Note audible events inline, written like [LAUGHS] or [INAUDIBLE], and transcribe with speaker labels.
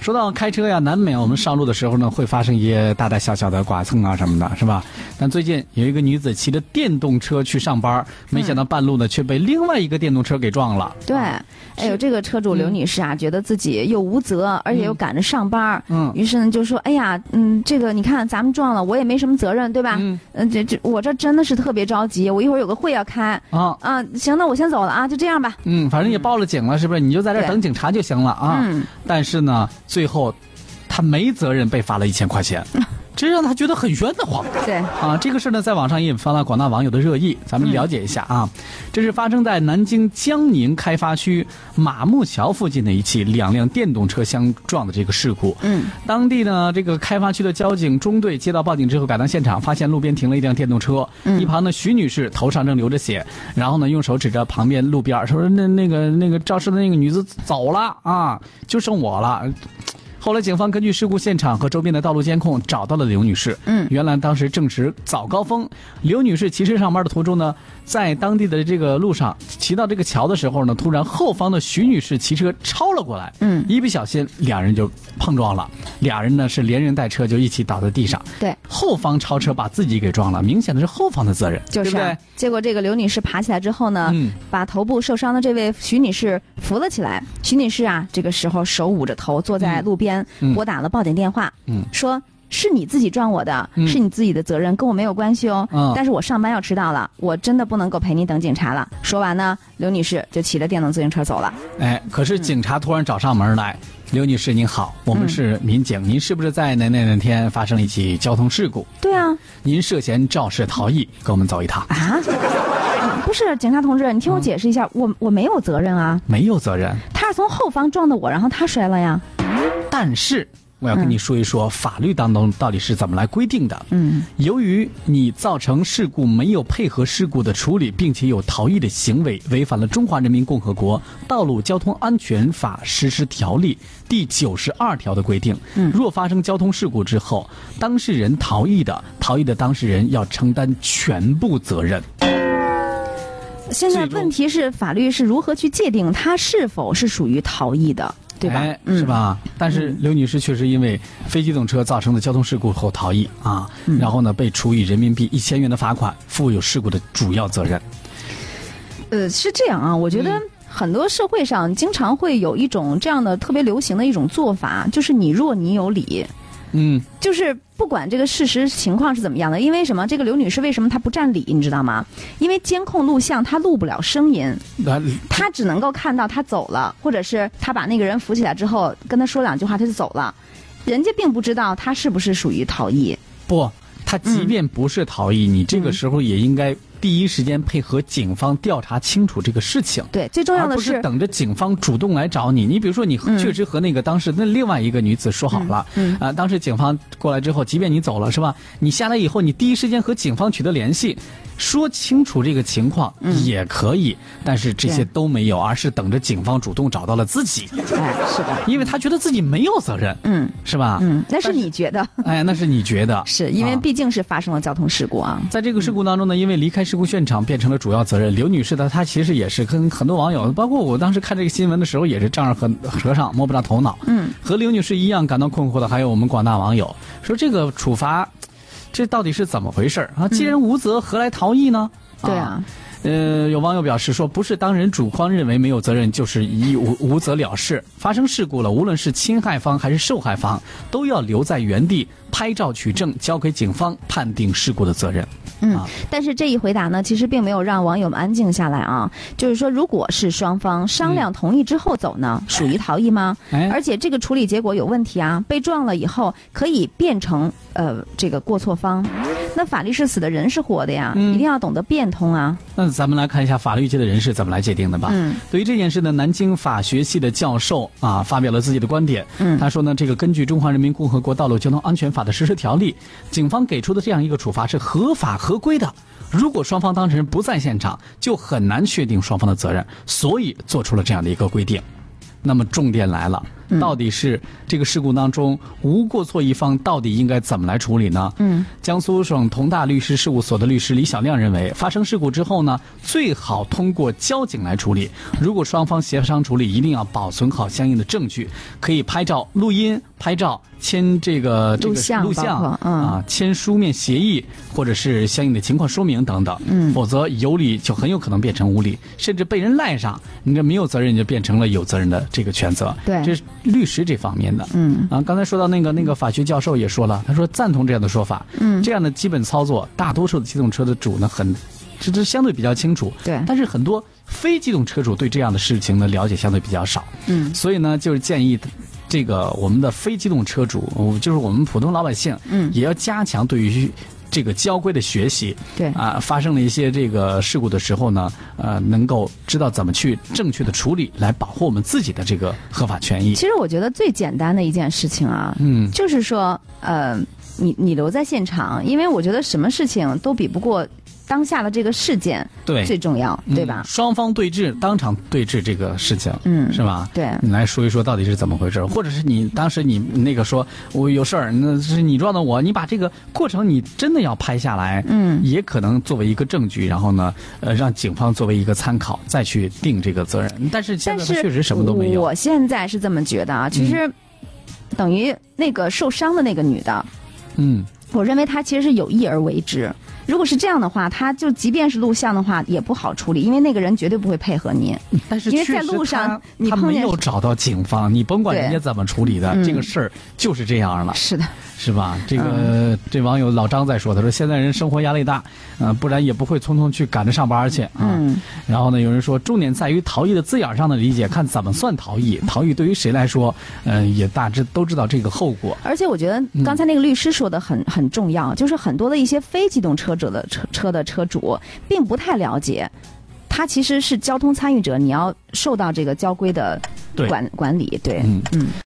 Speaker 1: 说到开车呀，难免我们上路的时候呢，会发生一些大大小小的剐蹭啊什么的，是吧？但最近有一个女子骑着电动车去上班，没想到半路呢却被另外一个电动车给撞了。
Speaker 2: 对，哎呦，这个车主
Speaker 1: 嗯
Speaker 2: 刘女士啊，觉得自己又无责，而且又赶着上班儿，
Speaker 1: 嗯
Speaker 2: 于是呢就说：“哎呀，嗯，这个你看咱们撞了，我也没什么责任，对吧？
Speaker 1: 嗯
Speaker 2: 嗯，这这我这真的是特别着急，我一会儿有个会要开
Speaker 1: 啊，
Speaker 2: 啊，行，那我先走了啊，就这样吧。
Speaker 1: 嗯，反正也报了警了，是不是？你就在这儿
Speaker 2: 对
Speaker 1: 等警察就行了啊。
Speaker 2: 嗯，
Speaker 1: 但是呢，最后他没责任被罚了一千块钱，这让他觉得很冤得慌。
Speaker 2: 对，
Speaker 1: 啊，这个事呢，在网上引发了广大网友的热议，咱们了解一下啊。这是发生在南京江宁开发区马木桥附近的一起两辆电动车相撞的这个事故。
Speaker 2: 嗯，
Speaker 1: 当地呢，这个开发区的交警中队接到报警之后，赶到现场，发现路边停了一辆电动车，
Speaker 2: 嗯
Speaker 1: 一旁呢，徐女士头上正流着血，然后呢，用手指着旁边路边儿说：“那那个那个肇事的那个女子走了啊，就剩我了。”后来，警方根据事故现场和周边的道路监控找到了刘女士。
Speaker 2: 嗯
Speaker 1: 原来当时正值早高峰，刘女士骑车上班的途中呢，在当地的这个路上骑到这个桥的时候呢，突然后方的徐女士骑车超了过来，
Speaker 2: 嗯
Speaker 1: 一不小心两人就碰撞了，俩人呢是连人带车就一起倒在地上，
Speaker 2: 对，
Speaker 1: 后方超车把自己给撞了，明显的是后方的责任，
Speaker 2: 就是
Speaker 1: 对
Speaker 2: 啊、
Speaker 1: 不对？
Speaker 2: 结果这个刘女士爬起来之后呢，
Speaker 1: 嗯
Speaker 2: 把头部受伤的这位徐女士扶了起来。徐女士啊，这个时候手捂着头坐在路
Speaker 1: 嗯
Speaker 2: 边，
Speaker 1: 嗯
Speaker 2: 拨打了报警电话，
Speaker 1: 嗯
Speaker 2: 说。是你自己撞我的，
Speaker 1: 嗯
Speaker 2: 是你自己的责任，跟我没有关系哦。
Speaker 1: 嗯
Speaker 2: 但是我上班要迟到了，我真的不能够陪你等警察了。说完呢，刘女士就骑着电动自行车走了。
Speaker 1: 哎，可是警察突然找上门来，刘女士您好，我们是民警，您是不是在哪哪哪天发生了一起交通事故？
Speaker 2: 对啊，
Speaker 1: 您涉嫌肇事逃逸，跟我们走一趟。
Speaker 2: 啊，不是警察同志，你听我解释一
Speaker 1: 嗯
Speaker 2: 下，我我没有责任啊，
Speaker 1: 没有责任，
Speaker 2: 他是从后方撞的我，然后他摔了呀。
Speaker 1: 但是我要跟你说一说法律当中到底是怎么来规定的。
Speaker 2: 嗯，
Speaker 1: 由于你造成事故没有配合事故的处理，并且有逃逸的行为，违反了《中华人民共和国道路交通安全法实施条例》第九十二条的规定。
Speaker 2: 嗯
Speaker 1: 若发生交通事故之后，当事人逃逸的，逃逸的当事人要承担全部责任。
Speaker 2: 现在
Speaker 1: 最终
Speaker 2: 问题是法律是如何去界定它是否是属于逃逸的，对吧？
Speaker 1: 哎、
Speaker 2: 嗯
Speaker 1: 是？吧？但是刘女士确实因为非机动车造成的交通事故后逃逸啊，
Speaker 2: 嗯
Speaker 1: 然后呢被处以人民币一千元的罚款，负有事故的主要责任。
Speaker 2: 呃，是这样啊，我觉得。很多社会上经常会有一种这样的特别流行的一种做法，就是你弱你有理，
Speaker 1: 嗯，
Speaker 2: 就是不管这个事实情况是怎么样的，因为什么？这个刘女士为什么她不占理，你知道吗？因为监控录像她录不了声音，
Speaker 1: 那
Speaker 2: 她只能够看到她走了，或者是她把那个人扶起来之后跟她说两句话，她就走了，人家并不知道她是不是属于逃逸。
Speaker 1: 不，他即
Speaker 2: 嗯
Speaker 1: 便不是逃逸，你这个时候也应该第一时间配合警方调查清楚这个事情。
Speaker 2: 对，最重要
Speaker 1: 而
Speaker 2: 的
Speaker 1: 不
Speaker 2: 是，
Speaker 1: 是等着警方主动来找你。你比如说，你
Speaker 2: 嗯
Speaker 1: 确实和那个当时那另外一个女子说好了，啊、
Speaker 2: 嗯
Speaker 1: 当时警方过来之后，即便你走了是吧？你下来以后，你第一时间和警方取得联系，说清楚这个情况也可以，但是这些
Speaker 2: 嗯对
Speaker 1: 都没有，而是等着警方主动找到了自己，
Speaker 2: 哎， [LAUGHS] 是的，
Speaker 1: 因为他觉得自己没有责任，
Speaker 2: 嗯
Speaker 1: 是吧？
Speaker 2: 嗯，那是你觉得，
Speaker 1: 哎，那是你觉得，
Speaker 2: 是因为
Speaker 1: 啊
Speaker 2: 毕竟是发生了交通事故啊。
Speaker 1: 在这个事故当中呢，因为离开事故现场变成了主要责任。刘女士呢，她其实也是跟很多网友，包括我当时看这个新闻的时候，也是丈二和和尚摸不着头脑。
Speaker 2: 嗯，
Speaker 1: 和刘女士一样感到困惑的还有我们广大网友，说这个处罚，这到底是怎么回事儿啊？既然无责，何来逃逸呢？
Speaker 2: 嗯对啊，
Speaker 1: 呃，有网友表示说，不是当人主观认为没有责任，就是一无无责了事。发生事故了，无论是侵害方还是受害方，都要留在原地拍照取证，交给警方判定事故的责任。
Speaker 2: 嗯
Speaker 1: 啊，
Speaker 2: 但是这一回答呢，其实并没有让网友们安静下来啊。就是说，如果是双方商量同意之后走呢，属于逃逸吗？
Speaker 1: 嗯哎，
Speaker 2: 而且这个处理结果有问题啊，被撞了以后可以变成呃这个过错方。那法律是死的，人是活的呀，
Speaker 1: 嗯
Speaker 2: 一定要懂得变通啊。
Speaker 1: 那咱们来看一下法律界的人是怎么来界定的吧。
Speaker 2: 嗯
Speaker 1: 对于这件事呢，南京法学系的教授啊发表了自己的观点。
Speaker 2: 嗯
Speaker 1: 他说呢，这个根据《中华人民共和国道路交通安全法》的实施条例，警方给出的这样一个处罚是合法合规的。如果双方当事人不在现场，就很难确定双方的责任，所以做出了这样的一个规定。那么重点来了，
Speaker 2: 嗯
Speaker 1: 到底是这个事故当中无过错一方到底应该怎么来处理呢？
Speaker 2: 嗯，
Speaker 1: 江苏省同大律师事务所的律师李小亮认为，发生事故之后呢，最好通过交警来处理。如果双方协商处理，一定要保存好相应的证据，可以拍照、录音、拍照、签这个这个
Speaker 2: 录像
Speaker 1: 录像
Speaker 2: 包括嗯
Speaker 1: 啊，签书面协议或者是相应的情况说明等等。
Speaker 2: 嗯
Speaker 1: 否则有理就很有可能变成无理，甚至被人赖上，你这没有责任就变成了有责任的这个全责。
Speaker 2: 对
Speaker 1: 这是律师这方面的。
Speaker 2: 嗯
Speaker 1: 啊，刚才说到那个那个法学教授也说了，他说赞同这样的说法。
Speaker 2: 嗯
Speaker 1: 这样的基本操作，大多数的机动车的主呢，很这这相对比较清楚。
Speaker 2: 对
Speaker 1: 但是很多非机动车主对这样的事情呢了解相对比较少，
Speaker 2: 嗯
Speaker 1: 所以呢，就是建议这个我们的非机动车主，呃就是我们普通老百姓，
Speaker 2: 嗯
Speaker 1: 也要加强对于这个交规的学习。
Speaker 2: 对
Speaker 1: 啊、发生了一些这个事故的时候呢，呃，能够知道怎么去正确的处理，来保护我们自己的这个合法权益。
Speaker 2: 其实我觉得最简单的一件事情啊，
Speaker 1: 嗯，
Speaker 2: 就是说，呃，你你留在现场，因为我觉得什么事情都比不过当下的这个事件
Speaker 1: 对，
Speaker 2: 最重要，对吧
Speaker 1: 嗯？双方对峙，当场对峙这个事情，
Speaker 2: 嗯
Speaker 1: 是吧？
Speaker 2: 对
Speaker 1: 你来说一说到底是怎么回事，或者是你当时你那个说我有事儿，那是你撞的我，你把这个过程你真的要拍下来，
Speaker 2: 嗯
Speaker 1: 也可能作为一个证据，然后呢，呃，让警方作为一个参考再去定这个责任。但是现
Speaker 2: 但
Speaker 1: 在
Speaker 2: 是
Speaker 1: 他确实什么都没有，嗯
Speaker 2: 我现在是这么觉得啊，其实等于那个受伤的那个女的，
Speaker 1: 嗯，
Speaker 2: 我认为她其实是有意而为之。如果是这样的话，她就即便是录像的话，也不好处理，因为那个人绝对不会配合你。
Speaker 1: 但是
Speaker 2: 因为在
Speaker 1: 确实
Speaker 2: 路上
Speaker 1: 他
Speaker 2: 你
Speaker 1: 他
Speaker 2: 碰
Speaker 1: 没
Speaker 2: 见
Speaker 1: 有找到警方，你甭管
Speaker 2: 对
Speaker 1: 人家怎么处理的，
Speaker 2: 嗯
Speaker 1: 这个事儿就是这样了。 [LAUGHS]
Speaker 2: 是的，
Speaker 1: 是吧？这个这网友老张在说，他说现在人生活压力大，呃，不然也不会匆匆去赶着上班去啊。
Speaker 2: 嗯
Speaker 1: 然后呢，有人说重点在于逃逸的字眼上的理解，看怎么算逃逸。逃逸对于谁来说，嗯、也大致都知道这个后果。
Speaker 2: 而且我觉得
Speaker 1: 嗯
Speaker 2: 刚才那个律师说的很、很重要，就是很多的一些非机动车者的车车的车主并不太了解，他其实是交通参与者，你要受到这个交规的
Speaker 1: 对
Speaker 2: 管管理。对，
Speaker 1: 嗯
Speaker 2: 嗯